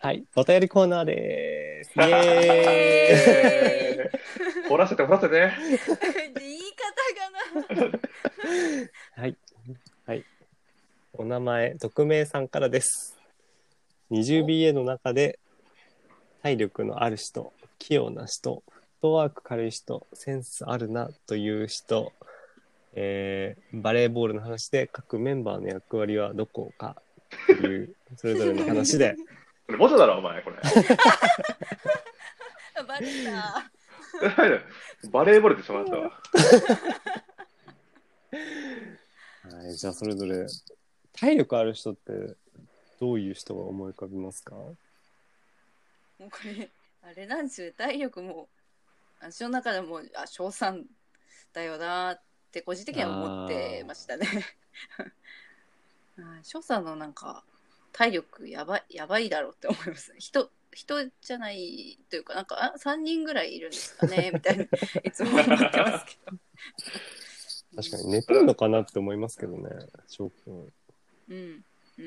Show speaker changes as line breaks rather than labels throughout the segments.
はい、お便りコーナー です。イエーイ
え ー、掘らせて掘らせて。
言い方がな。
はい。はい。お名前、匿名さんからです。20BA の中で、体力のある人、器用な人、フットワーク軽い人、センスあるなという人、えーバレーボールの話で各メンバーの役割はどこかという、それぞれの話で、
これ、もちだろ、お前、これ。
バレた。
バレーボールでしまったわ。
はい、じゃあそれぞれ、体力ある人って、どういう人が思い浮かびますか
もうこれ、あれなんですよ。体力も、私の中でも、あ、賞賛だよなって、個人的には思ってましたね。 うん翔さんのなんか、体力やばい、やばいだろうって思います。人、人じゃないというか、なんか、あ、3人ぐらいいるんですかねみ たいな、いつも思ってますけど。
確かに寝てるのかなって思いますけどね、翔くん。
うん。うんうんう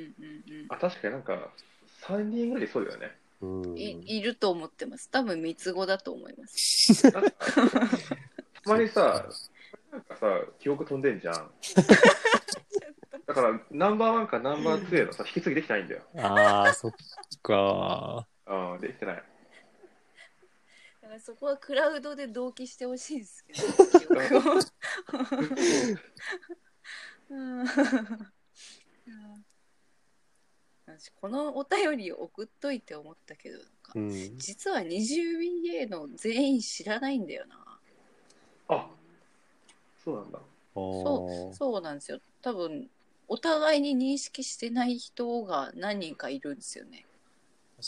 ん。
あ、確かになんか、3人ぐらいいそうだよ ね。
うん
いいると思ってます。多分三つ子だと思います。
なんかたまにさ、なんかさ、記憶飛んでんじ ゃん。だから、ナンバーワンかナンバーツーへのさ、引き継ぎできてないんだよ。
ああ、そっか。
うん、できてない。
だからそこはクラウドで同期してほしいんですけど、記憶をうん。私このお便りを送っといて思ったけど、なんか
うん。
実は 20BA の全員知らないんだよな。
あ、そうなんだ。
そう
そうなんですよ。多分お互いに認識してない人が何人かいるんですよね。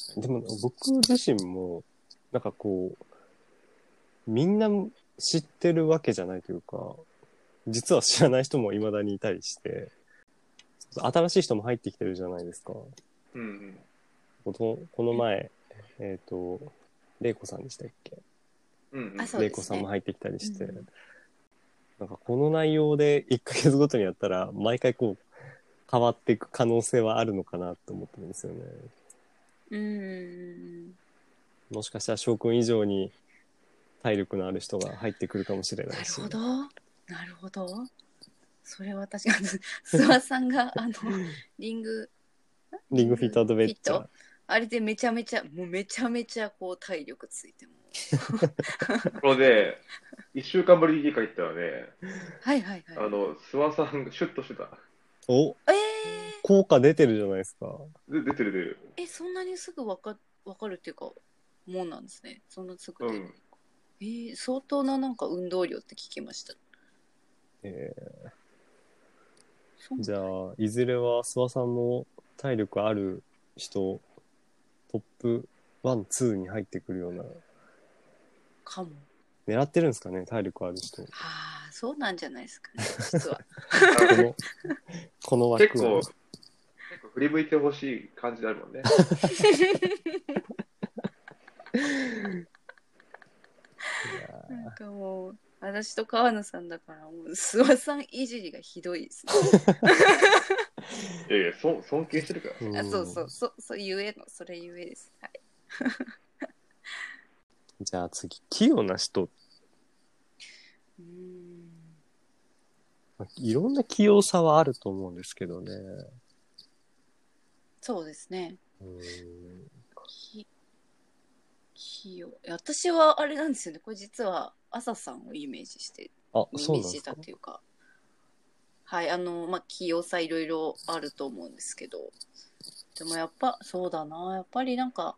確かに。でも僕自身も、なんかこう、みんな知ってるわけじゃないというか、実は知らない人も未だにいたりして、新しい人も入ってきてるじゃないですか。
うんうん。
このこの前、えっ、と、玲子さんでしたっけ
うんうん、
あそう
玲
ですね
子さんも入ってきたりして、
うん
なんかこの内容で1ヶ月ごとにやったら毎回こう変わっていく可能性はあるのかなと思ってるんですよね
うん。
もしかしたら翔くん以上に体力のある人が入ってくるかもしれな
ないる
し
ほど。なるほど。それは確かに、諏訪さんが、あの、リング、
リングフィットアドベンチャ
フィットあれでめちゃめちゃ、もうめちゃめちゃ、こう、体力ついても。
これね、1週間ぶりに家帰ったらね、
はいはいはい。
あの、諏訪さんがシュッとしてた。
ーお
え
効果出てるじゃないですか
で出てる出 る。
ー、え、そんなにすぐわかわかるっていうか、もんなんですね。そんなすぐ
う
で。
ん。
えー相当ななんか運動量って聞きました。
え
そう
ーじゃあいずれは諏訪さんも体力ある人トップ12に入ってくるような
かも。
狙ってるんですかね体力ある人
ああ、そうなんじゃないですかね、実は。
こ の、この
結
枠
構、
を
結構振り向いてほしい感じあるもんね。
なんかもう、私と川野さんだから、もう、諏訪さんいじりがひどいですね。
いやいや、そ尊敬してるから。
ん
あそうそう、そそうゆえの、それゆえです。はい、
じゃあ次、器用な人。
うん
いろんな器用さはあると思うんですけどね。
そうですね。
うん
き器用いや私はあれなんですよね。これ実は、朝さんをイメージして、
あ、
イ
そ
メ
う
ー
なん
ジ
で
し
すか
た。というか。はい、あの、まあ、器用さいろいろあると思うんですけど、でもやっぱ、そうだな、やっぱりなんか、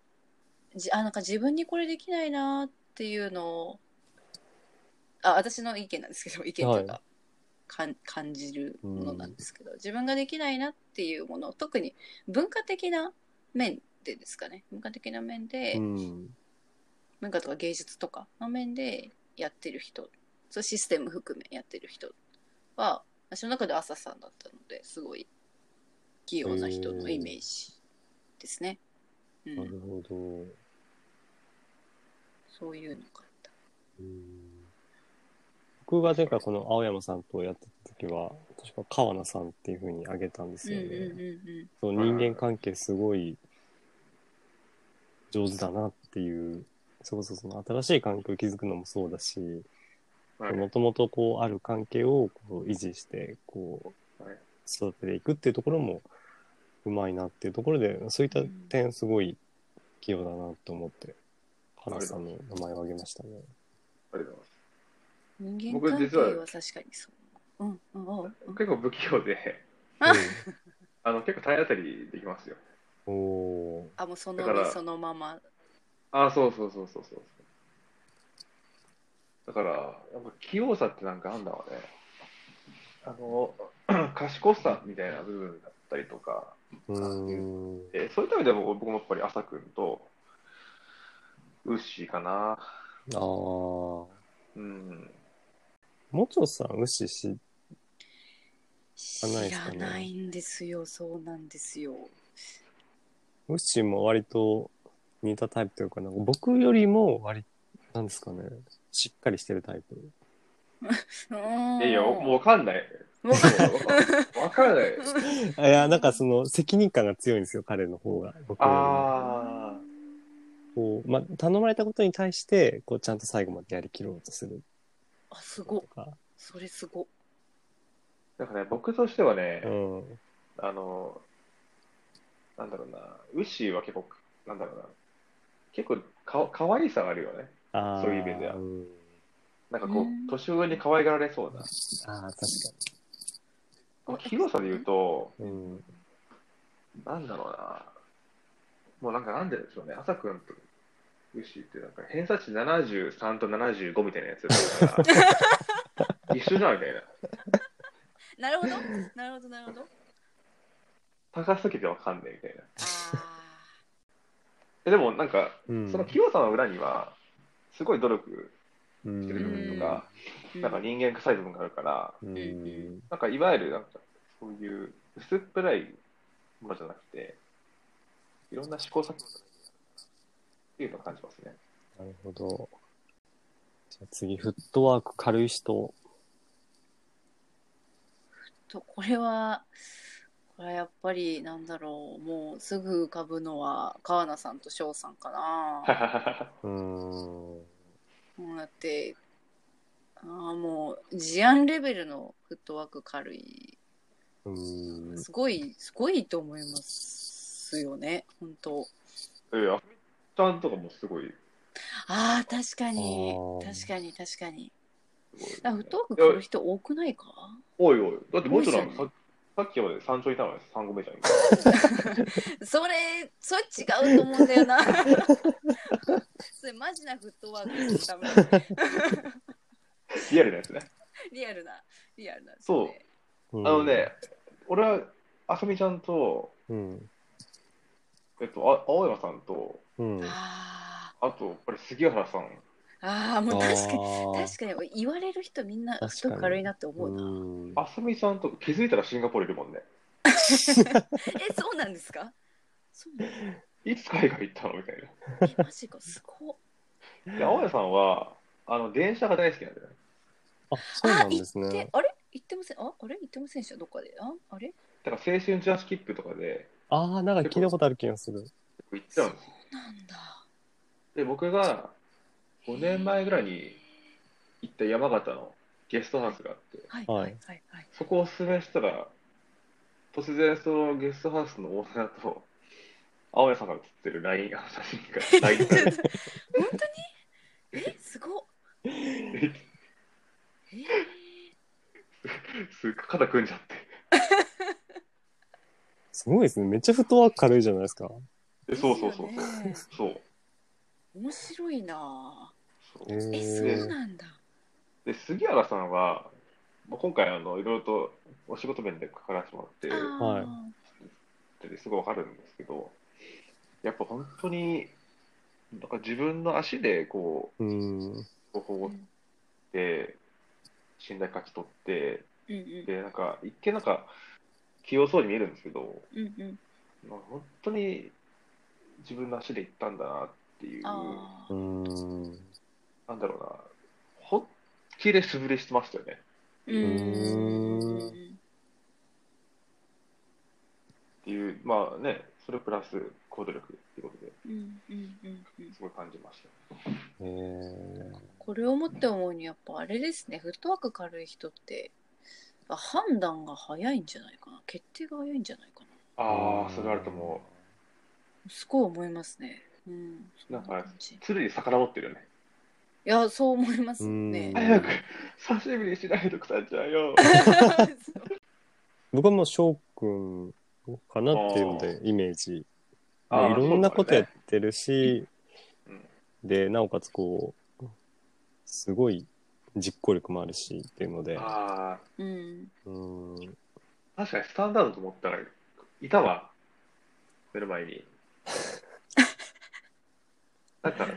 じあなんか自分にこれできないなっていうのを、あ、私の意見なんですけど、意見というか、
は
かん感じるものなんですけど、自分ができないなっていうもの、特に文化的な面でですかね、文化的な面で、
うん。
文化とか芸術とかの面でやってる人そうシステム含めやってる人は私の中で朝さんだったのですごい器用な人のイメージですね、う、
なんるほど。
そういうのがあった
うん僕が前回この青山さんとやってた時は、確か川名さんっていう風に挙げたんです
うんう
よ
ん
ね。
うんうん
そう人間関係すごい上手だなっていう、そこそその新しい環境を築くのもそうだし、
はい
もともとこうある関係をこう維持してこう
はい
育てていくっていうところもうまいなっていうところでそういった点すごい器用だなと思って花さんの名前を挙げましたね。
ありがとうございます。
人
僕
間関係
実は
は確かにそう。うん、うん、うん。うん
結構不器用で、
あ
あの結構体当たりできますよ。
うん、おー
あ、もうその
だから
身そのまま。
ああ、そうそうそうそうそう。だから、やっぱ器用さってなんかあんだわね。あの、 賢さみたいな部分だったりとか、
うーん
えーそういった意味でも僕もやっぱり朝くんと、ウッシーかな。
ああも
うん。
ちょさん牛し
知
らないですか
ら
ね
ないんですよ、そうなんですよ。
牛も割と似たタイプというかなんか僕よりも割なんですかねしっかりしてるタイプ。
うん。
いやいや、もうわかんない。
もう
わかんない。
いや、なんかその責任感が強いんですよ、彼の方が。僕よりも
あ
こう、まあ、頼まれたことに対して、こう、ちゃんと最後までやりきろうとする
あ、す
と
ご。
か。
それすご。
あ。だからね、僕としてはね、
うん。
あの、なんだろうな、ウッシーは結構、なんだろうな、結構か可愛さがあるよね。
ああ。
そういう意味では
うん
なんかこ
う
う、
ん
年上に可愛がられそうな。
ああ、確
この広さで言うと、
かに。うん。
なんだろうな、もうなんかなんででしょうね、朝くんとウッシーってなんか偏差値73と75みたいなやつだから一緒じゃんみたいな。
なるほど。なるほど、なるほど。
高すぎてわかんないみたいな。
あ
えでもなんか、
うん
その器用さの裏には、すごい努力してる部分とか、
ー
なんか人間臭い部分があるから、
うん。うん
なんかいわゆるなんかそういう薄っぺらいものじゃなくて、いろんな試行錯誤っていうのを感じます ね。
なるほど。じゃあ次、フットワーク軽い人。
とこれはこれはやっぱりなんだろうもうすぐ浮かぶのは川名さんと翔さんかな、
うーん。
もうだってあーもう事案レベルのフットワーク軽いう
ーん。
すごいすごいと思いますよね本当
ええあふみちゃんとかもすごい、
あー確かに
あー
確かに確かに
すごい、
あフットワーク軽い
いや
人多くないか
おいおい、だってもうちょっ
多いっす
と
よ
ささっきまで山頂いたのに3個目じゃん。
それそれ違うと思うんだよ なそれマジなフットワークのためだね
リアルなやつね。
リアルな、リアルな、
そう
あ
あのね、、俺はあさみちゃんと、
うん。
えっと、あ青山さんと、
うん。
あ
あと、やっぱり杉原さん。
ーあー、もう確かに、
に
確かに、言われる人みんな、
確か
太
に
く軽いなって思うな。
うん。
あさみさんと気づいたらシンガポールいるもんね。
え、そうなんですかそうなんだ
いつ海外行ったのみたいな。
え、マジか、すごっ。
で、青谷さんは、あの、電車が大好きなんだよね。
あ、 そうなんです
あ、行っ
ね
て。、あれ行ってません、あ、あれ行ってませんでした、どっかで。あ、あれ
だから青春ジャー切符とかで
ああ、なんか聞いたことある気がする。
行っちゃうんですよ。
なんだ。
で、僕が5年前ぐらいに行った山形のゲストハウスがあって、
はい、
はい
はい、はい、はい。
そこをお勧めしたら、突然そのゲストハウスのオーナーと、青谷さんが写ってる LINE、あの写真 が LINE されて
本当にえ、すごっ。えー、
すっごい肩組んじゃって。
すごいですね。めっちゃフットワーク軽いじゃないですか。
で、そうそうそう
ですよね
そう。そう。
面白いな
そう
え
ぁ。え、そうなんだ。
で、杉原さんは、まあ今回、あの、いろいろとお仕事面で関わらせてもらって
あ
る
ー
は
ってすごいわかるんですけど、やっぱ本当に、なんか自分の足でこう、
うん。
情報を追って、信頼勝ち取って、
うんうん
で、なんか、一見なんか、器用そうに見えるんですけど、
うんうん。
まあ本当に自分の足で行ったんだなっていう、な
ああ
う。ん。
んだろうな、本気で素振りしてましたよね
う
ーん
ん。
っていう、まあね、それプラス行動力っていうことで
うんうんうんうん
すごい感じました。
えー
これをもって思うにやっぱあれですねフットワーク軽い人ってあ判断が早いんじゃないかな決定が早いんじゃないかな
ああ、それあると思。
すごい思いますねうんそんな感じいう
常に魚持ってるよね。
やそう思いますね
うん
早く刺身にしないと腐っちゃ うよ。
僕はもう翔くんかなっていうのでイメージ、まあ
あー
いろんなことやってるし、
そうだね
でなおかつこうすごい実行力もあるしっていうので
ああ、
うん
うん
確かにスタンダードと思ったらいたわ。目の前に。 なんか、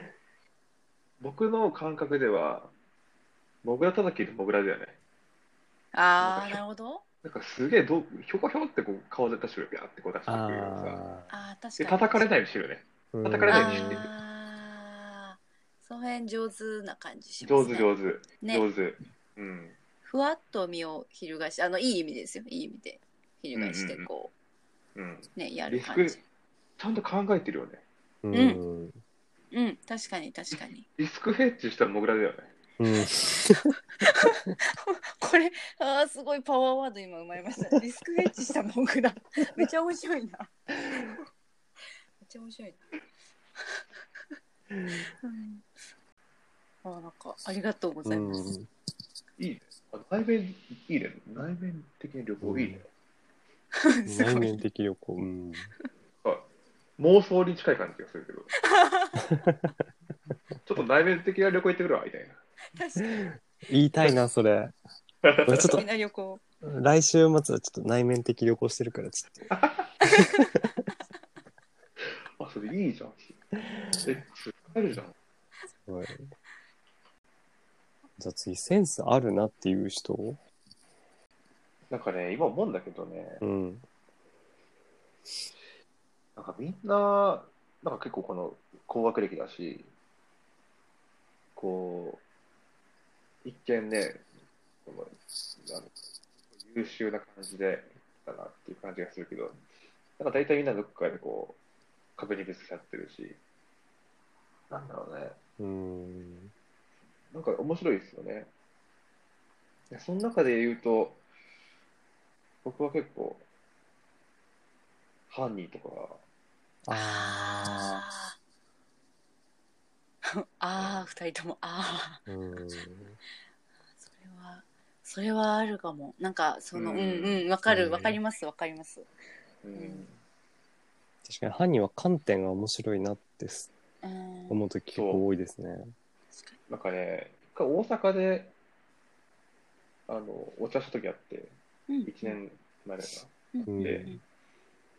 僕の感覚では、モグラ叩きのモグラだよね。
ああなるほど
なんかすげえどう、ひょこひょこってこう顔で出してくるやってこう出してくるさ。
あ
ああ確か
で、
に
叩かれないようにしてるよね。
ー
叩かれないようにしてる
ああその辺上手な感じしま
上手
すね
上手。
ね
上手。うん。
ふわっと身を翻しあのいい意味ですよいい意味で翻して
うんうんうん
こ
うん。
うねやる
リス
感
ク
じ、
ちゃんと考えてるよね。
うんん
うん確かに確かに
リスクヘッジしたモグラだよね。
うん
これあーすごいパワーワード今生まれましたリスクヘッジしたモグラ めっちゃ面白いなめっちゃ面白いな、うん、あーなんかありがとうございます、
うん
いいね。あ内面、いいね。内面的に旅行いいね。
すご
内
い
面的旅行うん
はい妄想に近い感じがす るけど。ちょっと内面的な旅行行ってくるわ、みたいな。
確かに
言いたいなそ れ俺ちょっ
みんな旅行
と来週末はちょっと内面的旅行してるからちょっと
あ、それいいじゃん。え、それ考えるじゃん。
すごいじゃあ次センスあるなっていう人
なんかね、今思うんだけどね、
うん
なんかみんな、なんか結構この高学歴だし、こう、一見ね、このあの優秀な感じで、だなっていう感じがするけど、なんか大体みんなどっかでこう、壁にぶつかってるし、なんだろうね、
うん
なんか面白いですよね。いやその中で言うと、僕は結構、ハンニーとか、
あ
あー あー二人ともああ
あうん
それはそれはあるかもなんかそのう
うんん
うんわか
う
る
ん
わかりますわかります
うんん、
確かに犯人は観点が面白いなってす
うん
思う時結構多いですね
確かに
なんかね、一回大阪で、あの、お茶した時あって、
うん
1年前だか
うん
でら、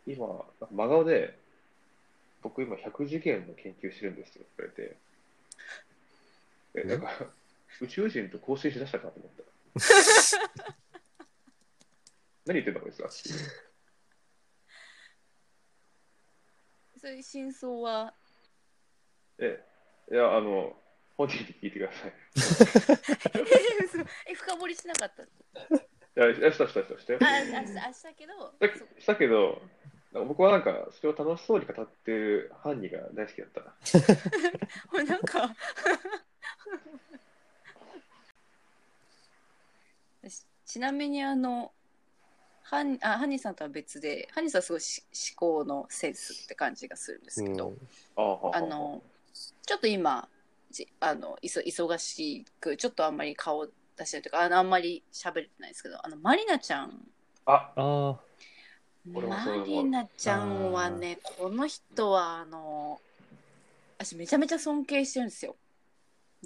今、真顔で、僕今100次元の研究してるんですよって言われて、え、なんか、宇宙人と交信しだしたかと思った。何言ってんだこいつは。
それ真相 は
え、いや、あの、本人に聞いてください。
え嘘え深掘りしな かった
いや、いやしたしたしたしたよ。
あ明日明日けど
だしたけど、なんか僕はなんか、それを楽しそうに語ってる犯人が大好きだったな。
これなん か私ちなみにあのハンあハニーさんとは別でハニーさんはすごいし思考のセンスって感じがするんですけど、
ああ
あのちょっと今じあのいそ忙しくちょっとあんまり顔出してるというかあのあんまり喋れてないですけどあのマリナちゃん
あ、
ああ
俺も
マ
そう思う
リナちゃんはねこの人はあの私めちゃめちゃ尊敬してるんですよ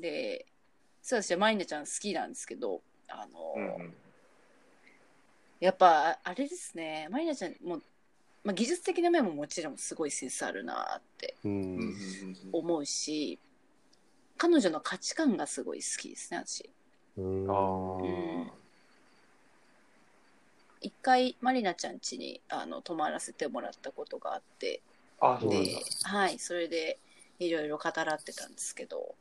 でそうですねマリナちゃん好きなんですけどあの、
うんうん。
やっぱああれですねマリナちゃんも、まあ、技術的な面ももちろんすごいセンスあるなって
う
うんうんうん
ん
思うし彼女の価値観がすごい好きですね私
うん
うん、あ
一回まりなちゃん家にあの泊まらせてもらったことがあって
あ。あ、そうなんだ
で、はい、それでいろいろ語らってたんですけど、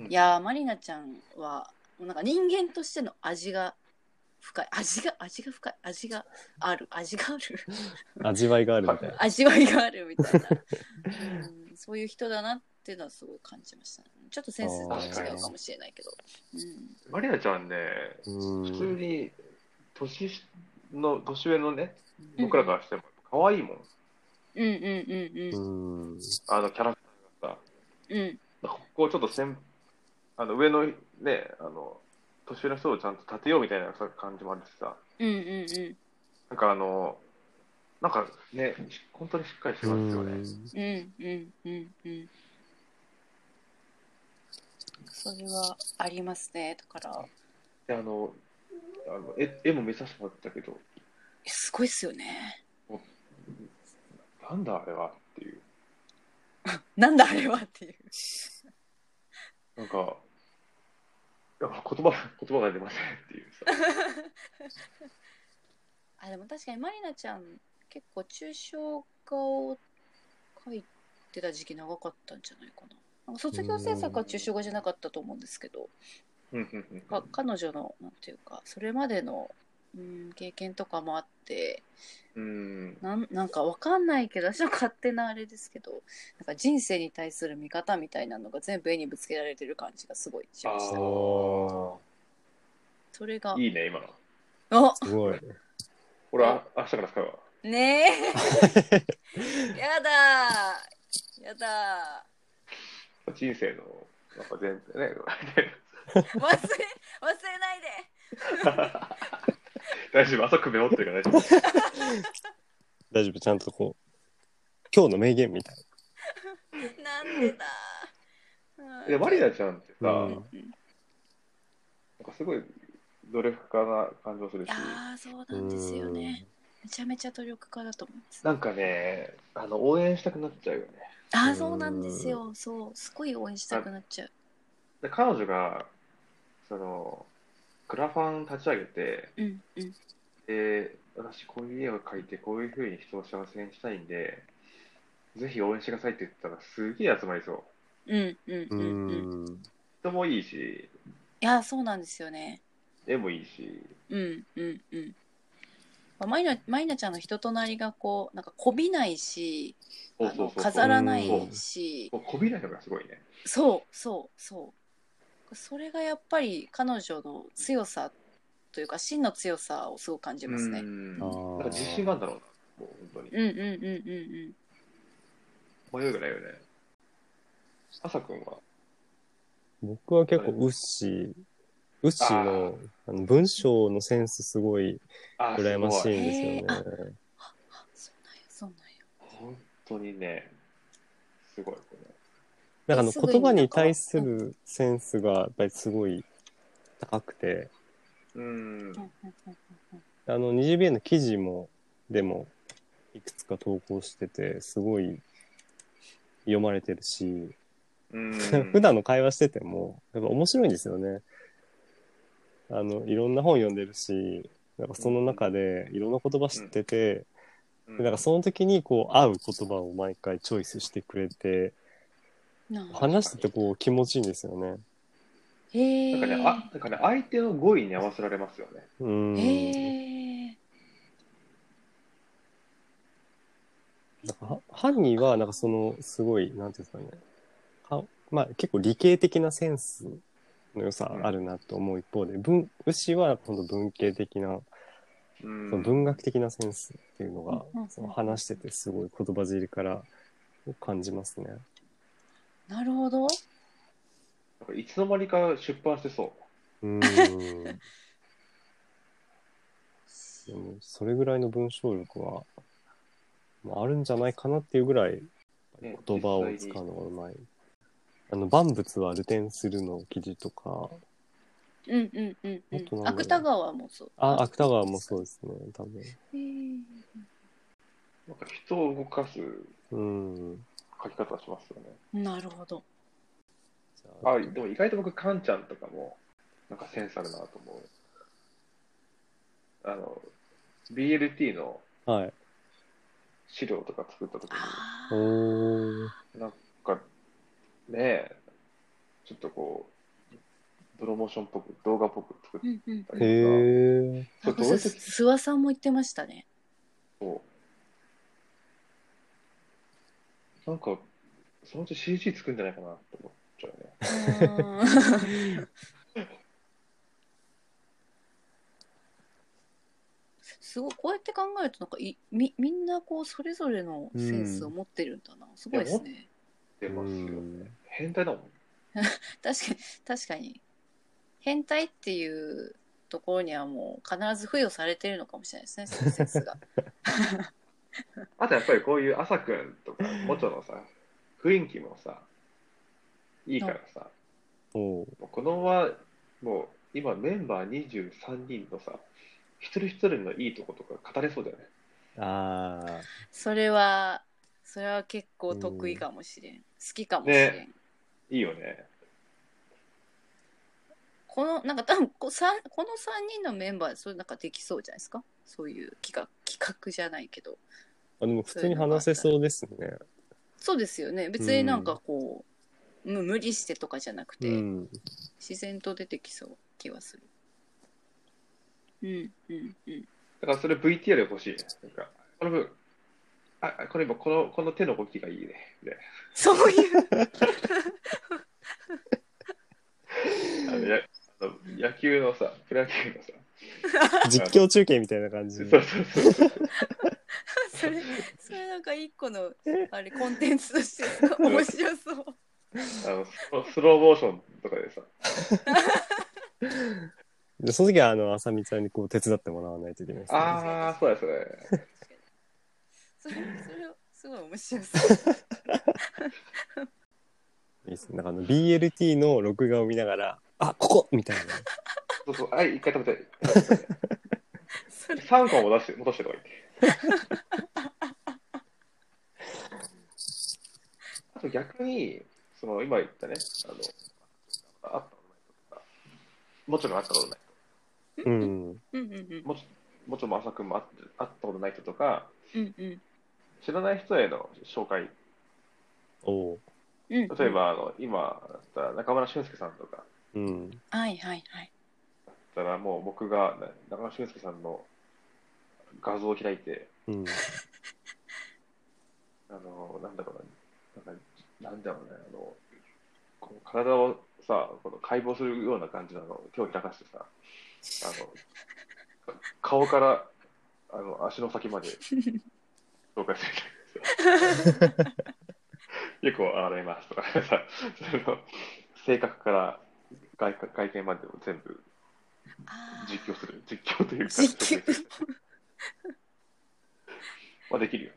うん
いやーまりなちゃんはもうなんか人間としての味が深い味が味が深い味がある味がある
味わいがあるみたいな。
味わいがあるみたいな、うん、そういう人だなっていうのはすごい感じました、ね、ちょっとセンスが違うかもしれないけど、うん、
マリアちゃんね、
うん
普通に年しの年上のね、僕らからしても可愛いもん、
うんうんうん
う
う
ん
ん
あのキャラクターがさ、
うん
ここをちょっと先あの上のね、あの年上の人をちゃんと立てようみたいなさ感じもあるしさ、
うんうんうん
なんかあの、なんかね、し本当にしっかりしてますよね。
うんうんうんうんそれはありますねだから
であのあの絵絵も見させてもらったけど、
すごいっすよね
なんだあれはっていう、
なんだあれはっていう
なんか、いや言葉 言葉が出ませんっていうさ。
あでも確かにまりなちゃん結構抽象画を描いてた時期長かったんじゃないかななんか卒業制作は抽象画じゃなかったと思うんですけど
うんうんうん
か彼女のなんていうかそれまでの、うん、経験とかもあって
うん
なんなんかわかんないけど私の勝手なあれですけどなんか人生に対する見方みたいなのが全部絵にぶつけられてる感じがすごいしました
あ
それが
いいね、今の。
あ
あ、すごい。
これは明日から使うわ。
ねえ やだーやだー
人生の、なんか全然ね、
忘れ忘れないで
大丈夫、朝くメモってるから大丈夫。
大丈夫、ちゃんとこう、今日の名言みたい
なんでだ
で、マリナちゃんってさ、
う
なん
ん
かすごい努力家な感じもするし、
ああそうなんですよねめちゃめちゃ努力家だと思います
なんかね、あの応援したくなっちゃうよね。
ああそうなんですよそうすごい応援したくなっちゃう
で彼女が、その、クラファン立ち上げて、
うんうん
で、私こういう絵を描いて、こういうふうに人を幸せにしたいんで、ぜひ応援してくださいって言ったら、すげえ集まりそう。
うんうん
う
うんうん
ん。
人もいいし、
いやーそうなんですよね
絵もいいし、
うんうんうんマイナマイナちゃんの人となりがこうなんかこびないしあの飾らな
そう
いし
もうこびないのがすごいね。
そうそうそうそれがやっぱり彼女の強さというか真の強さをすごく感じますね
うん
あ
なん
ー
か自信があるんだろうな、もう本
うんうんうんうん
当に。迷いがないよね。朝くんは、
僕は結構、ウッシー、ウッシーのあの文章のセンスすごい
あー
羨ましいんですよね
へー。あそうなんやそ
すご
うなんや
い本当にね、すごい、こ
なんかあの
すぐに
言葉に対するセンスがやっぱりすごい高くて、
れ。うん。
うんうんうんうん
あの 20BA の記事も、でも、いくつか投稿してて、すごい読まれてるし、
うん、
普段の会話してても、やっぱ面白いんですよね。あの、いろんな本読んでるし、なんかその中でいろんな言葉知ってて、
うん、
でなんかその時にこう合う言葉を毎回チョイスしてくれて、
なんか
話しててこう気持ちいいんですよね。
へえ
なんかね、あなんかね相手の語彙に合わせられますよね。
う
へ
ん。
え
なんかは犯人はなんかそのすごい、なんていうんですかね。かまあ結構理系的なセンスの良さあるなと思う一方で、文、牛は今度文系的な
う
その
ん。
文学的なセンスっていうのが、
うん
その話しててすごい言葉尻から感じますね。
なるほ
な
ど
んかいつの間にか出版してそう。
ーん。でもそれぐらいの文章力はまああるんじゃないかなっていうぐらいう
ね
言葉を使うのがうまい。あの、万物はルテンするの記事とか、
うんうんうんう
あとなん
ん
だろう
芥川もそう
あ、芥川もそうですね、多分。
へー
なんか人を動かす
うん。
書き方しますよね。
なるほど
じゃあ
あ、でも意外と僕、カンちゃんとかも、なんかセンスあるなと思う。あの、BLT の
はい。
資料とか作った時に、
あ
お
ー
ー。
なんか、ねえ、ちょっとこう、プロモーションっぽく、動画っぽく作っ
うんうん
た
へ
り
え。
と
な
か、そ
んか
れどう
そ
やっ
う
て
諏訪さんも言ってましたね
そうなんか、そのうち CG 作るんじゃないかなと思っちゃうね。
うーんすごいこうやって考えるとなんかいみみんなこうそれぞれのセンスを持ってるんだな、すごいですね
出ますよ
う
ね
ん。
変態だもん。
確かに確かに変態っていうところにはもう必ず付与されてるのかもしれないですねそのセンスが
あとやっぱりこういう朝くんとか、もちょのさ、雰囲気もさ、いいからさ、
おう
もうこのまま、もう今メンバー23人のさ、一人一人のいいとことか語れそうだよね。
ああ。
それはそれは結構得意かもしれん、好きかもしれん、
ねいいよね。
このなんか多分こ三この3人のメンバーでそれなんかできそうじゃないですかそういう企画企画じゃないけど
あ、でも普通に話せそうですね。
そうですよね別になんかこう、む無理してとかじゃなくて、
うん。
自然と出てきそう気はするうんうんうん
だからそれ VTR 欲しいね。なんか、この分、あ、あこれ今この、この手の動きがいいね。で、
そういう
あのやあの野球のさ、プロ野球のさ、
実況中継みたいな感じ
そう。そうそうそう。
それそれなんか一個のあれコンテンツとして面白そう
あのスロスローモーションとかでさ、
でその時は、あの、あさみちゃんにこう手伝ってもらわないといけないですね。
ああ、そうだそれ。
それそれすごい面白そう
いいですね。なんかあの、BLT の録画を見ながら、あ、ここみたいな。
そうそう、はい、一回食べたい。
それ
3個も出して、戻してとか言って。あと逆に、その今言ったね、あの、あったことないとか、もちろんあったことない
うん。
うんうんうん
もちもちろん浅くんもああったことない人とか、
うんうん
知らない人への紹介、
おう。
うん
例えば、あの今だったら中村俊介さんとか
うん。
はいはいはい
だったら、もう僕がな中村俊介さんの画像を開いて、
うん。
あの、なんだろうな、なんか、なんだろうね、あの、この体をさ、この解剖するような感じのあの手を開かしてさ、あの、か顔から、あの、足の先まで、紹介するみたいな。よく洗いますとかさ、その、性格から外観外見までを全部
あ
実況する。実況というか、
実況
まあできるよね。